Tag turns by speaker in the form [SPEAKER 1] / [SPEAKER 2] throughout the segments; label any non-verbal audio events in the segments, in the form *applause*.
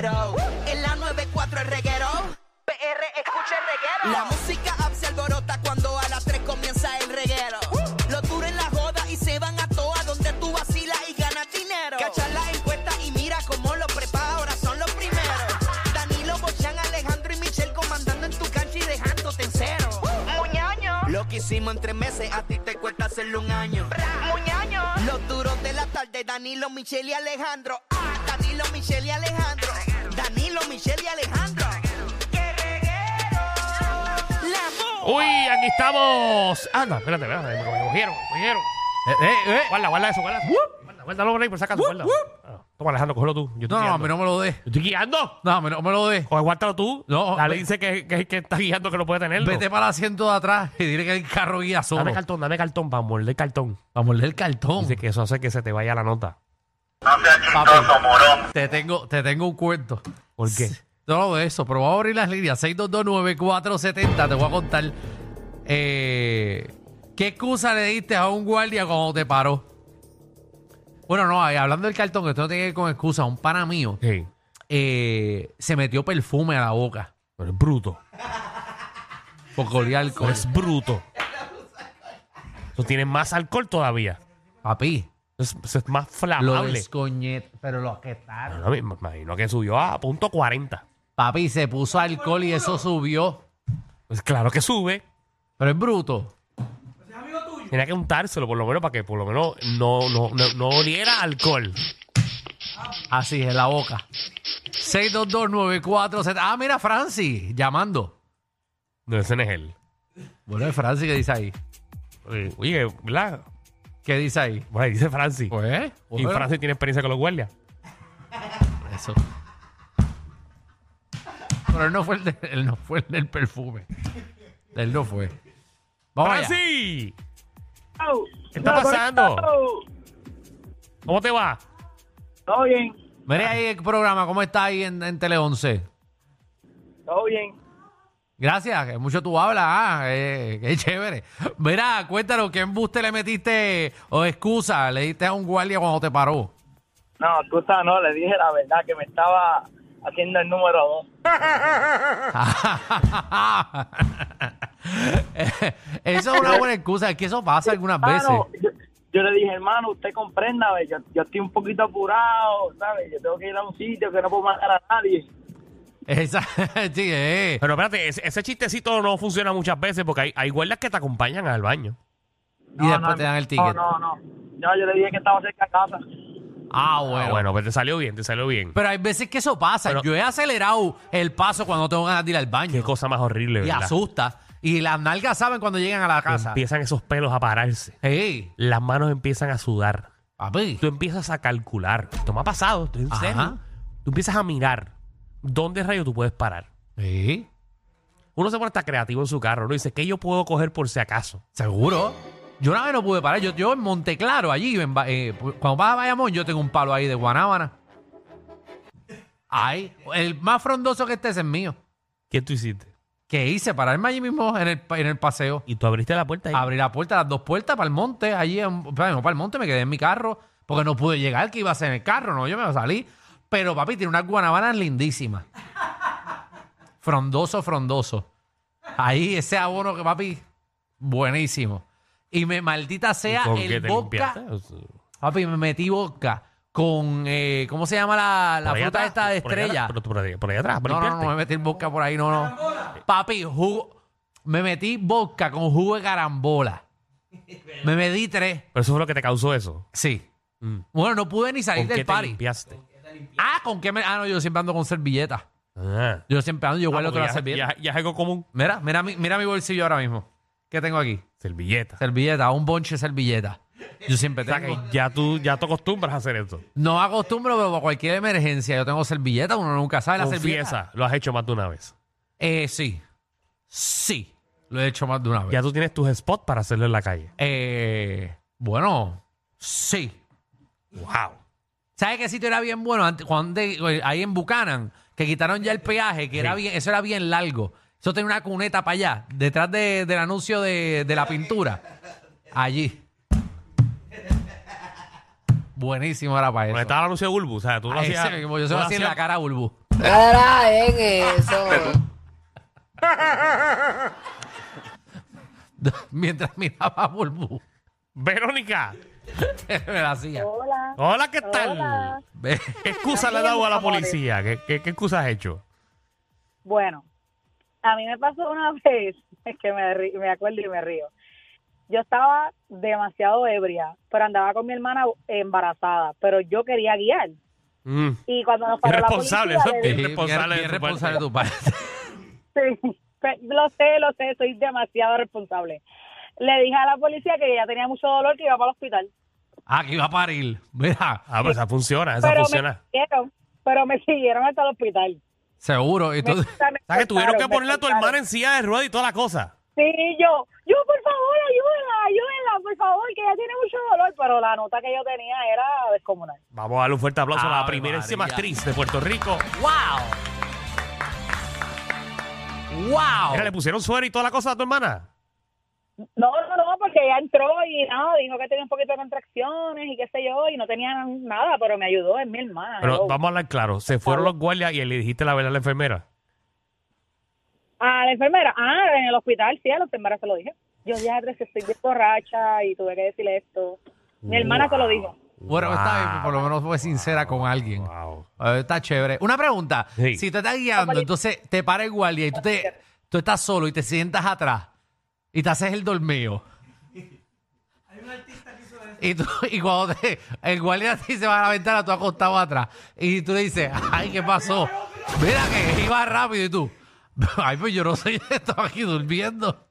[SPEAKER 1] reguero. En la 94 el reguero. PR escucha el reguero. La música app se alborota cuando a las 3 comienza el reguero. Los duros en la joda y se van a toa donde tú vacilas y ganas dinero. Cachar las encuestas y mira cómo lo prepara, ahora son los primeros. Danilo Bochan, Alejandro y Michelle comandando en tu cancha y dejándote en cero. Muñaño. Lo que hicimos en tres meses, a ti te cuesta hacerlo un año. Muñaño. Los duros de la tarde, Danilo, Michelle y Alejandro. Ah, Danilo, Michelle y Alejandro. Danilo, Michelle y Alejandro. ¡Qué reguero! ¡La
[SPEAKER 2] Uy, aquí estamos. Ah, no, espérate, espérate, me, me cogieron, me cogieron.
[SPEAKER 3] Eh, eh, eh.
[SPEAKER 2] Guarda, guarda eso, guarda. eso. Guarda, guárdalo por ahí, por si acaso, guarda. Ah, Toma, Alejandro, cógelo tú. Yo estoy
[SPEAKER 3] No, no, a
[SPEAKER 2] guiando.
[SPEAKER 3] mí no me lo dé.
[SPEAKER 2] Yo estoy guiando.
[SPEAKER 3] No, a mí no me lo dé.
[SPEAKER 2] O aguántalo tú.
[SPEAKER 3] No,
[SPEAKER 2] La
[SPEAKER 3] ve-
[SPEAKER 2] ley dice que, que, que está guiando, que no puede tenerlo.
[SPEAKER 3] Vete para el asiento de atrás y dile que el carro guía solo.
[SPEAKER 2] Dame cartón, dame cartón, para morder cartón.
[SPEAKER 3] Para morder el cartón.
[SPEAKER 2] Dice que eso hace que se te vaya la nota.
[SPEAKER 3] Papi, te tengo, te tengo un cuento.
[SPEAKER 2] ¿Por qué?
[SPEAKER 3] Todo eso, pero vamos a abrir las líneas. 6229470, te voy a contar. Eh, ¿Qué excusa le diste a un guardia cuando te paró? Bueno, no, ahí, hablando del cartón, que esto no tiene que ver con excusa. Un pana mío
[SPEAKER 2] Sí.
[SPEAKER 3] eh, se metió perfume a la boca
[SPEAKER 2] Pero es bruto.
[SPEAKER 3] porque olía alcohol.
[SPEAKER 2] Es bruto. Eso tiene más alcohol todavía.
[SPEAKER 3] Papi,
[SPEAKER 2] Eso Es, eso es más
[SPEAKER 3] lo
[SPEAKER 2] flamable.
[SPEAKER 3] descoñet, pero lo aquietaron.
[SPEAKER 2] No, me me imagino que subió a punto 40.
[SPEAKER 3] Papi, se puso alcohol y eso subió.
[SPEAKER 2] Pues claro que sube.
[SPEAKER 3] Pero es bruto.
[SPEAKER 2] Tenía que untárselo, por lo menos, para que por lo menos no, no, no, no oliera alcohol.
[SPEAKER 3] Así es, en la boca. 6229470. Ah, mira, Francis, llamando.
[SPEAKER 2] No, ese no es él.
[SPEAKER 3] Bueno, es Francis, ¿qué dice ahí?
[SPEAKER 2] Eh, Oye, ¿verdad?
[SPEAKER 3] ¿Qué dice ahí?
[SPEAKER 2] Bueno, ahí dice Francis.
[SPEAKER 3] Pues,
[SPEAKER 2] y Francis tiene experiencia con los guardias.
[SPEAKER 3] Eso. Pero él no fue el, de- él no fue el del perfume. Él no fue. Vamos allá.
[SPEAKER 2] ¡Francis! ¿Qué está pasando? ¿Cómo te va?
[SPEAKER 4] Todo bien,
[SPEAKER 3] Mira ahí el programa, ¿cómo está ahí en, en Tele 11?
[SPEAKER 4] todo bien.
[SPEAKER 3] Gracias, que mucho tú hablas, ah, eh, qué chévere. Mira, cuéntanos, ¿qué embuste le metiste o excusa le diste a un guardia cuando te paró? *laughs*
[SPEAKER 4] No, excusa no, le dije la verdad que me estaba haciendo el número dos.
[SPEAKER 3] eso es una buena excusa, es que eso pasa algunas veces.
[SPEAKER 4] Hermano, yo, yo le dije, hermano, usted comprenda, ve, yo, yo estoy un poquito apurado, ¿sabes? Yo tengo que ir a un sitio que no puedo matar a nadie.
[SPEAKER 3] Esa, *laughs* sí, eh.
[SPEAKER 2] Pero espérate, ese, ese chistecito no funciona muchas veces porque hay, hay guardias que te acompañan al baño.
[SPEAKER 3] Y después te dan el ticket.
[SPEAKER 4] No, no, no. No, yo le dije que estaba cerca de casa.
[SPEAKER 3] Ah,
[SPEAKER 2] Ah,
[SPEAKER 3] bueno.
[SPEAKER 2] bueno, pues te salió bien, te salió bien.
[SPEAKER 3] Pero hay veces que eso pasa.
[SPEAKER 2] Pero-
[SPEAKER 3] Yo he acelerado el paso cuando tengo ganas de ir al
[SPEAKER 2] Qué
[SPEAKER 3] baño.
[SPEAKER 2] cosa más horrible,
[SPEAKER 3] Y
[SPEAKER 2] ¿verdad?
[SPEAKER 3] asusta. Y las nalgas saben cuando llegan a la casa.
[SPEAKER 2] Empiezan esos pelos a pararse.
[SPEAKER 3] Ey,
[SPEAKER 2] Las manos empiezan a sudar.
[SPEAKER 3] papi.
[SPEAKER 2] tú empiezas a calcular. Esto me ha pasado, estoy en
[SPEAKER 3] Ajá.
[SPEAKER 2] serio. Tú empiezas a mirar dónde rayo tú puedes parar.
[SPEAKER 3] Sí,
[SPEAKER 2] Uno se pone hasta creativo en su carro, ¿no? Dice, ¿qué yo puedo coger por si acaso?
[SPEAKER 3] seguro. Yo una vez no pude parar. Yo, yo en Monteclaro, allí, en Ba- eh, cuando vas a Bayamón, yo tengo un palo ahí de guanábana. Ay, el más frondoso que este es el mío.
[SPEAKER 2] ¿Qué tú hiciste?
[SPEAKER 3] Que hice pararme allí mismo en el, pa- en el paseo.
[SPEAKER 2] Y tú abriste la puerta y...
[SPEAKER 3] Abrí la puerta, las dos puertas para el monte, allí, en- espérate, no para el monte, me quedé en mi carro, porque no pude llegar, que iba a ser en el carro, no, yo me salí. Pero papi, tiene unas guanabanas lindísimas. Frondoso, frondoso. Ahí ese abono que papi, buenísimo. Y me maldita
[SPEAKER 2] ¿Y
[SPEAKER 3] sea
[SPEAKER 2] con qué
[SPEAKER 3] el
[SPEAKER 2] te
[SPEAKER 3] vodka.
[SPEAKER 2] limpiaste? O sea,
[SPEAKER 3] Papi, me metí vodka con, eh, ¿cómo se llama la, la
[SPEAKER 2] por ahí
[SPEAKER 3] fruta
[SPEAKER 2] atrás,
[SPEAKER 3] esta de
[SPEAKER 2] por ahí
[SPEAKER 3] estrella?
[SPEAKER 2] atrás, pero tú por ahí, por ahí atrás,
[SPEAKER 3] No, no, no, me metí vodka por ahí, no, no. Papi, jugo. Me metí vodka con jugo de carambola. Me medí tres.
[SPEAKER 2] Pero eso fue lo que te causó eso.
[SPEAKER 3] Sí.
[SPEAKER 2] Mm.
[SPEAKER 3] Bueno, no pude ni salir
[SPEAKER 2] ¿Con qué
[SPEAKER 3] del
[SPEAKER 2] te
[SPEAKER 3] party.
[SPEAKER 2] limpiaste?
[SPEAKER 3] Ah, ¿con qué me.? Ah, no, yo siempre ando con servilletas.
[SPEAKER 2] Ah.
[SPEAKER 3] Yo siempre ando, yo guardo
[SPEAKER 2] Ah, porque
[SPEAKER 3] todas las
[SPEAKER 2] ya,
[SPEAKER 3] servilletas.
[SPEAKER 2] ya- ya es algo común.
[SPEAKER 3] Mira, mira mi, mira mi bolsillo ahora mismo. ¿Qué tengo aquí?
[SPEAKER 2] Servilleta.
[SPEAKER 3] Servilleta, un bonche de servilletas. Yo siempre
[SPEAKER 2] O sea, que
[SPEAKER 3] tengo.
[SPEAKER 2] ya tú, ya te acostumbras a hacer esto.
[SPEAKER 3] No acostumbro, pero para cualquier emergencia yo tengo servilletas, uno nunca sabe la servilleta.
[SPEAKER 2] Confiesa, lo has hecho más de una vez.
[SPEAKER 3] Eh, sí. Sí. Lo he hecho más de una vez.
[SPEAKER 2] Ya tú tienes tus spots para hacerlo en la calle.
[SPEAKER 3] Eh, bueno, sí.
[SPEAKER 2] ¡Wow!
[SPEAKER 3] ¿Sabes qué sitio era bien bueno? Antes, cuando de- ahí en Buchanan, que quitaron ya el peaje, que era
[SPEAKER 2] Sí.
[SPEAKER 3] bien, eso era bien largo. Eso tenía una cuneta para allá, detrás de- del anuncio de, de la pintura. Allí. Buenísimo era para
[SPEAKER 2] Cuando
[SPEAKER 3] eso.
[SPEAKER 2] estaba el anuncio de Bulbu, o sea, tú lo
[SPEAKER 3] Ahí
[SPEAKER 2] hacías.
[SPEAKER 3] se- como yo
[SPEAKER 2] tú
[SPEAKER 3] se lo
[SPEAKER 2] lo
[SPEAKER 3] hacía en la
[SPEAKER 2] hacías-
[SPEAKER 3] cara a Bulbu.
[SPEAKER 5] Ahora en eso.
[SPEAKER 3] *laughs* Mientras miraba a Bulbu.
[SPEAKER 2] Verónica.
[SPEAKER 3] *laughs* Me la hacía.
[SPEAKER 6] Hola.
[SPEAKER 2] Hola, ¿qué tal?
[SPEAKER 6] Hola.
[SPEAKER 3] Ve-
[SPEAKER 2] ¿Qué excusa le ha dado a la policía? ¿Qué, qué, qué excusa has hecho?
[SPEAKER 6] Bueno, a mí me pasó una *laughs* vez, es que me, ri- me acuerdo y me río. Yo estaba demasiado ebria, pero andaba con mi hermana embarazada, pero yo quería guiar.
[SPEAKER 2] Mm.
[SPEAKER 6] Y cuando nos paró la
[SPEAKER 2] Irresponsable,
[SPEAKER 6] policía...
[SPEAKER 2] eso
[SPEAKER 6] le
[SPEAKER 2] es
[SPEAKER 6] di-
[SPEAKER 2] bien responsable de
[SPEAKER 3] bien
[SPEAKER 2] tu parte.
[SPEAKER 3] responsable de tu parte. *laughs*
[SPEAKER 6] *laughs* Sí, pe- lo sé, lo sé, soy demasiado responsable. Le dije a la policía que ella tenía mucho dolor, que iba para el hospital.
[SPEAKER 3] Ah, que iba a parir. Mira,
[SPEAKER 2] Ah, pero esa funciona, esa
[SPEAKER 6] pero
[SPEAKER 2] funciona.
[SPEAKER 6] Me siguieron, pero me siguieron hasta el hospital.
[SPEAKER 3] seguro.
[SPEAKER 6] Me-
[SPEAKER 3] Entonces,
[SPEAKER 6] me
[SPEAKER 2] O sea, que tuvieron que
[SPEAKER 6] escoltaron, me
[SPEAKER 2] ponerle a tu
[SPEAKER 6] escoltaron.
[SPEAKER 2] hermana en silla de ruedas y toda la cosa.
[SPEAKER 6] Sí, yo, yo, por favor, ayúdenla, ayúdenla, por favor, que ella tiene mucho dolor. Pero la nota que yo tenía era descomunal.
[SPEAKER 2] Vamos a darle un fuerte aplauso a la
[SPEAKER 3] Ave
[SPEAKER 2] primerísima
[SPEAKER 3] María.
[SPEAKER 2] actriz de Puerto Rico.
[SPEAKER 1] ¡Wow!
[SPEAKER 2] Mira,
[SPEAKER 1] ¡Wow!
[SPEAKER 2] le pusieron suero y toda la cosa a tu hermana.
[SPEAKER 6] No, no, no, porque ella entró y no, dijo que tenía un poquito de contracciones y qué sé yo, y no tenía nada, pero me ayudó, es mi hermana.
[SPEAKER 2] Pero
[SPEAKER 6] hello.
[SPEAKER 2] vamos a hablar claro. Se fueron los guardias y le dijiste la verdad a la enfermera.
[SPEAKER 6] A la enfermera, ah, en el hospital, sí, a la enfermera se lo dije. Yo ya estoy bien borracha y tuve que decirle esto. Mi hermana se lo dijo.
[SPEAKER 3] bueno, está bien, por lo menos fue sincera con alguien.
[SPEAKER 2] Wow.
[SPEAKER 3] Eh, Está chévere. Una pregunta.
[SPEAKER 2] Sí.
[SPEAKER 3] Si te estás guiando, entonces te para el guardia y tú, te, tú estás solo y te sientas atrás y te haces el dormido. Y, tú, y cuando te- el guardia te dice, va a la ventana, tú acostado atrás. Y tú le dices, ay, ¿qué pasó? Mira que iba rápido y tú. Ay, pues yo no sé, yo estaba aquí durmiendo.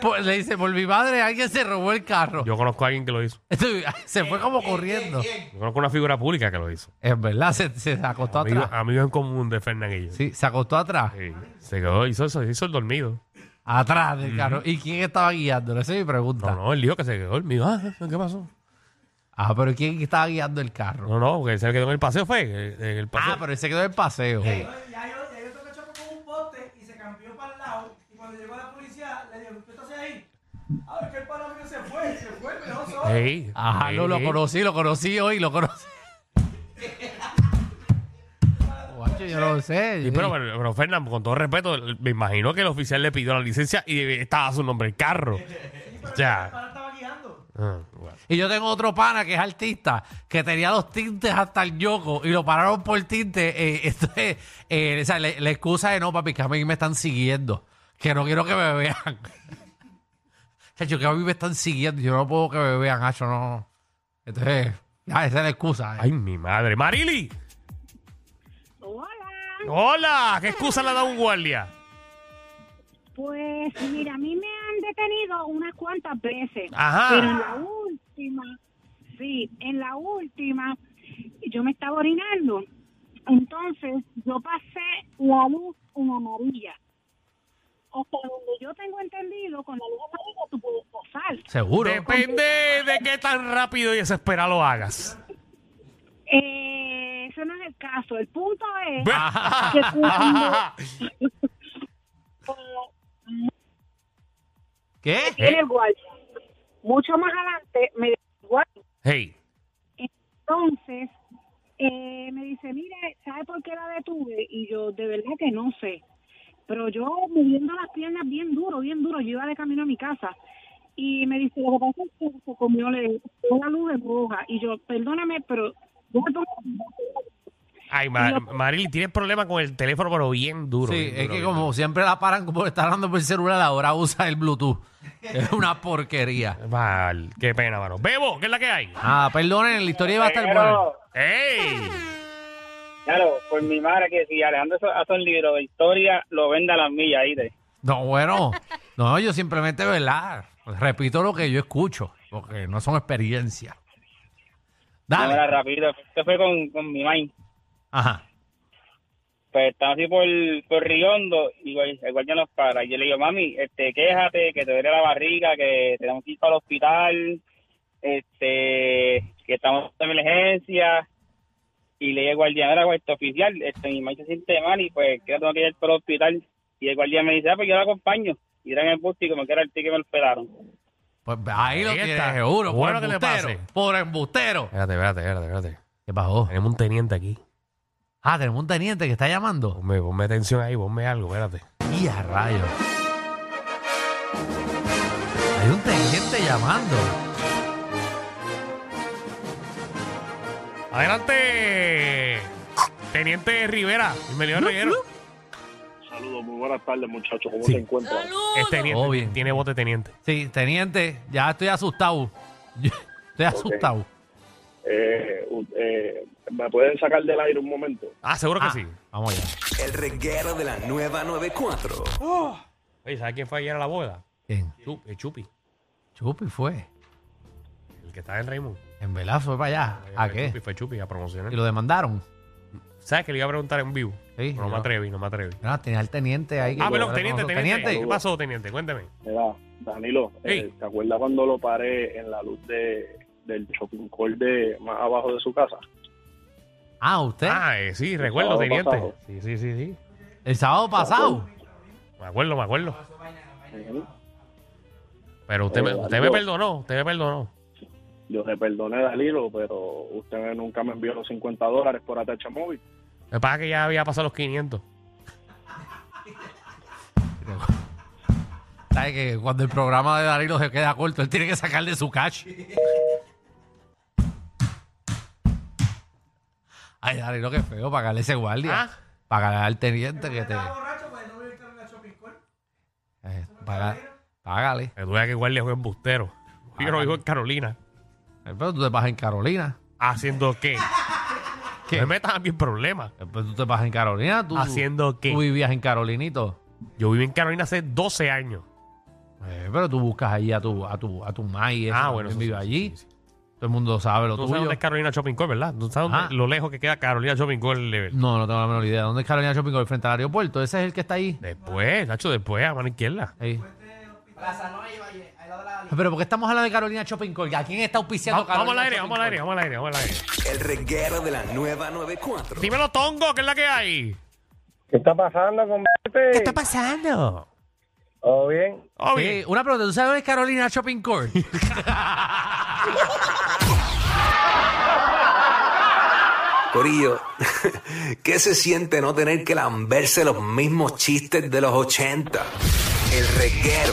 [SPEAKER 3] Pues le dice, por mi madre, alguien se robó el carro.
[SPEAKER 2] Yo conozco a alguien que lo hizo.
[SPEAKER 3] Se fue como corriendo.
[SPEAKER 2] Yo conozco una figura pública que lo hizo.
[SPEAKER 3] Es verdad, se, se acostó
[SPEAKER 2] Amigo,
[SPEAKER 3] atrás.
[SPEAKER 2] amigo en común de Fernandillo.
[SPEAKER 3] Sí, se acostó atrás.
[SPEAKER 2] Se quedó, hizo, eso, hizo el dormido.
[SPEAKER 3] Atrás del carro. ¿Y quién estaba guiándolo? Esa es mi pregunta.
[SPEAKER 2] No, no, él dijo que se quedó dormido. Ah, ¿qué pasó?
[SPEAKER 3] Ah, pero ¿quién estaba guiando el carro?
[SPEAKER 2] No, no, porque él se quedó en el paseo, fue. eh, En el paseo.
[SPEAKER 3] Ah, pero él se quedó en el paseo.
[SPEAKER 7] Ya yo, ya yo toqué choco con un poste y se cambió para el lado. Y cuando llegó la policía, le dijo, ¿qué estás ahí? Ah, es que el pana mío se fue, se fue, me dejó solo.
[SPEAKER 2] Ey,
[SPEAKER 3] Ajá,
[SPEAKER 2] ey,
[SPEAKER 3] no, lo
[SPEAKER 2] ey.
[SPEAKER 3] conocí, lo conocí hoy, lo conocí. *laughs* Guacho, yo no sé.
[SPEAKER 2] Sí, pero, pero, pero, Fernan, con todo respeto, me imagino que el oficial le pidió la licencia y eh, estaba su nombre en el carro. O sea,
[SPEAKER 7] Ahora estaba guiando.
[SPEAKER 2] ah, bueno.
[SPEAKER 3] Y yo tengo otro pana que es artista, que tenía los tintes hasta el yoco y lo pararon por tinte. eh, *laughs* esto es, eh, o sea, le- la excusa de no, papi, que a mí me están siguiendo, que no quiero que me vean. *laughs* Chacho, que a mí me están siguiendo, yo no puedo que me vean, hacho, no, no. Entonces, ah, esa es la excusa. eh.
[SPEAKER 2] Ay, mi madre. Marili,
[SPEAKER 8] Hola,
[SPEAKER 2] hola, ¿qué excusa le ha dado un guardia?
[SPEAKER 8] pues mira, a mí me han detenido unas cuantas veces. Pero en
[SPEAKER 2] Ajá.
[SPEAKER 8] la última, sí, en la última, yo me estaba orinando. Entonces, yo pasé la luz en amarilla. Hasta donde yo tengo entendido, con la luz amarilla tú puedes pasar.
[SPEAKER 3] Seguro.
[SPEAKER 2] Depende de qué tan rápido y desesperado lo hagas.
[SPEAKER 8] Eh, eso no es el caso. El punto es
[SPEAKER 2] Ve-
[SPEAKER 8] que cuando
[SPEAKER 2] ¿Qué?
[SPEAKER 8] tiene el guardia, mucho más adelante, me dio el guardia.
[SPEAKER 2] *laughs* Hey,
[SPEAKER 8] Entonces, eh, me dice, mire, ¿sabe por qué la detuve? Y yo, de verdad que no sé. Pero yo moviendo las piernas bien duro, bien duro, yo iba de camino a mi casa. Y me dice, lo que pasa es que se comió le- una luz en roja. Y yo, perdóname, pero... yo me pongo-
[SPEAKER 2] ay, Ma- Marili, tienes problemas con el teléfono, pero bien duro.
[SPEAKER 3] Sí,
[SPEAKER 2] bien
[SPEAKER 3] es
[SPEAKER 2] duro,
[SPEAKER 3] que
[SPEAKER 2] bien
[SPEAKER 3] como siempre la paran por estar hablando por el celular, ahora usa el Bluetooth. Es
[SPEAKER 2] *laughs*
[SPEAKER 3] una porquería.
[SPEAKER 2] duro. Mal, qué pena, mano. Bebo, ¿qué es la que hay?
[SPEAKER 3] Ah, perdonen, la historia iba a estar buena.
[SPEAKER 4] Pero,
[SPEAKER 2] ¡Ey!
[SPEAKER 4] claro, por mi madre que si Alejandro so- hace un libro de historia, lo venda a las millas, ahí
[SPEAKER 3] No, bueno, no, yo simplemente, ¿verdad? Repito lo que yo escucho, porque no son experiencias.
[SPEAKER 4] No era
[SPEAKER 3] Dale.
[SPEAKER 4] rápido. Esto fue con, con mi mãe.
[SPEAKER 3] Ajá.
[SPEAKER 4] Pues estaba así por, por Riondo y el el guardia nos para. Y yo le digo, mami, este, quéjate, que te duele la barriga, que tenemos que ir para el hospital, este, que estamos en emergencia. Y le dije al guardia, mira, guardia oficial, este, mi mamá se siente mal y pues que tengo que ir para el hospital. Y el guardia me dice, ah, pues yo la acompaño. Y era en el bus y como que era el ticket me hospedaron.
[SPEAKER 3] Pues ahí lo
[SPEAKER 2] Ahí
[SPEAKER 3] tienes,
[SPEAKER 2] está.
[SPEAKER 3] seguro.
[SPEAKER 2] Bueno
[SPEAKER 3] por
[SPEAKER 2] que le
[SPEAKER 3] embustero.
[SPEAKER 2] pase.
[SPEAKER 3] Por embustero.
[SPEAKER 2] Espérate, espérate, espérate, espérate.
[SPEAKER 3] ¿Qué pasó?
[SPEAKER 2] Tenemos un teniente aquí.
[SPEAKER 3] Ah, tenemos un teniente que está llamando.
[SPEAKER 2] Ponme, ponme atención ahí, ponme algo, espérate.
[SPEAKER 3] Y a rayos. Hay un teniente llamando.
[SPEAKER 2] Adelante, Teniente Rivera. Bienvenido al reguero.
[SPEAKER 9] Saludos, muy buenas tardes, muchachos. ¿Cómo
[SPEAKER 2] Sí.
[SPEAKER 9] se encuentran?
[SPEAKER 2] Es teniente,
[SPEAKER 3] Todo bien.
[SPEAKER 2] tiene voz de teniente.
[SPEAKER 3] Sí, teniente, ya estoy asustado. *laughs* Yo estoy asustado.
[SPEAKER 9] Eh, u- eh, ¿Me pueden sacar del aire un momento?
[SPEAKER 2] Ah, seguro
[SPEAKER 3] Ah,
[SPEAKER 2] que sí.
[SPEAKER 3] Vamos allá.
[SPEAKER 10] El reguero de la nueva 94.
[SPEAKER 2] Oye, ¿sabes quién fue ayer a la boda?
[SPEAKER 3] ¿Quién?
[SPEAKER 2] Chupi, el Chupi,
[SPEAKER 3] Chupi fue.
[SPEAKER 2] el que está en Raymond.
[SPEAKER 3] En verdad fue para allá.
[SPEAKER 2] Oye,
[SPEAKER 3] ¿A
[SPEAKER 2] fue Chupi,
[SPEAKER 3] qué?
[SPEAKER 2] fue Chupi a promocionar.
[SPEAKER 3] Y lo demandaron.
[SPEAKER 2] ¿Sabes que le iba a preguntar en vivo?
[SPEAKER 3] Sí,
[SPEAKER 2] Pero no me
[SPEAKER 3] yo-
[SPEAKER 2] atreví, no me atreví.
[SPEAKER 3] No, Ah, tenía al teniente ahí. que
[SPEAKER 2] Ah,
[SPEAKER 3] yo-
[SPEAKER 2] perdón, teniente,
[SPEAKER 3] no,
[SPEAKER 2] teniente. ¿Qué
[SPEAKER 9] Saludos.
[SPEAKER 2] pasó, teniente? Cuénteme.
[SPEAKER 3] ¿Eh?
[SPEAKER 9] Mira, Danilo, eh,
[SPEAKER 2] Ey.
[SPEAKER 9] ¿te acuerdas cuando lo paré en la luz de, del shopping court de, más abajo de su casa?
[SPEAKER 3] Ah, usted.
[SPEAKER 2] Ah, eh, sí, recuerdo,
[SPEAKER 9] sábado
[SPEAKER 2] teniente.
[SPEAKER 9] pasado.
[SPEAKER 2] Sí, sí, sí, sí.
[SPEAKER 3] El
[SPEAKER 2] Uh.
[SPEAKER 3] sábado pasado.
[SPEAKER 2] Me acuerdo, me acuerdo.
[SPEAKER 9] Ujú.
[SPEAKER 2] Pero usted, me,
[SPEAKER 3] Oh,
[SPEAKER 9] Oye,
[SPEAKER 2] usted me
[SPEAKER 9] Danilo.
[SPEAKER 2] perdonó, usted me perdonó.
[SPEAKER 9] Yo te perdoné, Danilo, pero usted nunca me envió los 50 dólares por ATH Móvil.
[SPEAKER 2] Lo que pasa es que ya había pasado los 500.
[SPEAKER 3] ¿Sabes que cuando el programa de Danilo se queda corto, él tiene que sacarle su
[SPEAKER 2] *laughs*
[SPEAKER 3] cash? Ay, Danilo, qué feo, pagarle ese guardia.
[SPEAKER 2] Ah.
[SPEAKER 3] Pagarle al teniente que te.
[SPEAKER 7] Estaba borracho, pues no voy a estar en la shopping court.
[SPEAKER 3] eh, paga- págale.
[SPEAKER 2] Me duele que igual le fue embustero. Yo no vivo en Carolina.
[SPEAKER 3] Eh, Pero tú te vas en Carolina.
[SPEAKER 2] ¿Haciendo qué?
[SPEAKER 3] ¿Qué?
[SPEAKER 2] No me metas a mí en problemas.
[SPEAKER 3] Eh, Pero tú te vas en Carolina. Tú,
[SPEAKER 2] ¿Haciendo qué?
[SPEAKER 3] Tú vivías en Carolinito.
[SPEAKER 2] Yo viví en Carolina hace 12 años.
[SPEAKER 3] Eh, pero tú buscas ahí a tu, a tu, a tu mai.
[SPEAKER 2] Ah, bueno,
[SPEAKER 3] Yo
[SPEAKER 2] eso
[SPEAKER 3] vivo
[SPEAKER 2] sí,
[SPEAKER 3] allí.
[SPEAKER 2] sí, sí,
[SPEAKER 3] Todo el mundo sabe lo
[SPEAKER 2] Tú sabes
[SPEAKER 3] tuyo.
[SPEAKER 2] dónde es Carolina Shopping Core, ¿verdad? Tú sabes dónde-
[SPEAKER 3] Ah.
[SPEAKER 2] lo lejos que queda Carolina Shopping Core. el-
[SPEAKER 3] No, no tengo la menor idea. ¿Dónde es Carolina Shopping Mall? Frente al aeropuerto. Ese es el que está ahí.
[SPEAKER 2] Después, Nacho, después, a mano izquierda.
[SPEAKER 3] Ahí.
[SPEAKER 7] Plaza Nueva y Valle, al lado de la
[SPEAKER 3] Pero porque estamos hablando de Carolina Shopping Call? ¿A quién está auspiciando
[SPEAKER 2] Vamos, vamos al
[SPEAKER 3] Carolina
[SPEAKER 2] aire,
[SPEAKER 3] Shopping
[SPEAKER 2] vamos al aire,
[SPEAKER 3] Call?
[SPEAKER 2] vamos al aire, vamos al aire.
[SPEAKER 10] El reguero de la nueva 94.
[SPEAKER 2] Dímelo, Tongo, ¿qué es la que hay?
[SPEAKER 4] ¿Qué está pasando,
[SPEAKER 2] ¿Qué
[SPEAKER 4] convete?
[SPEAKER 2] está pasando?
[SPEAKER 4] ¿Todo bien?
[SPEAKER 2] Oh,
[SPEAKER 3] Sí, una pregunta, ¿tú sabes dónde es Carolina Shopping Court?
[SPEAKER 10] Corillo, *laughs* ¿qué se siente no tener que lamberse los mismos chistes de los 80? El reguero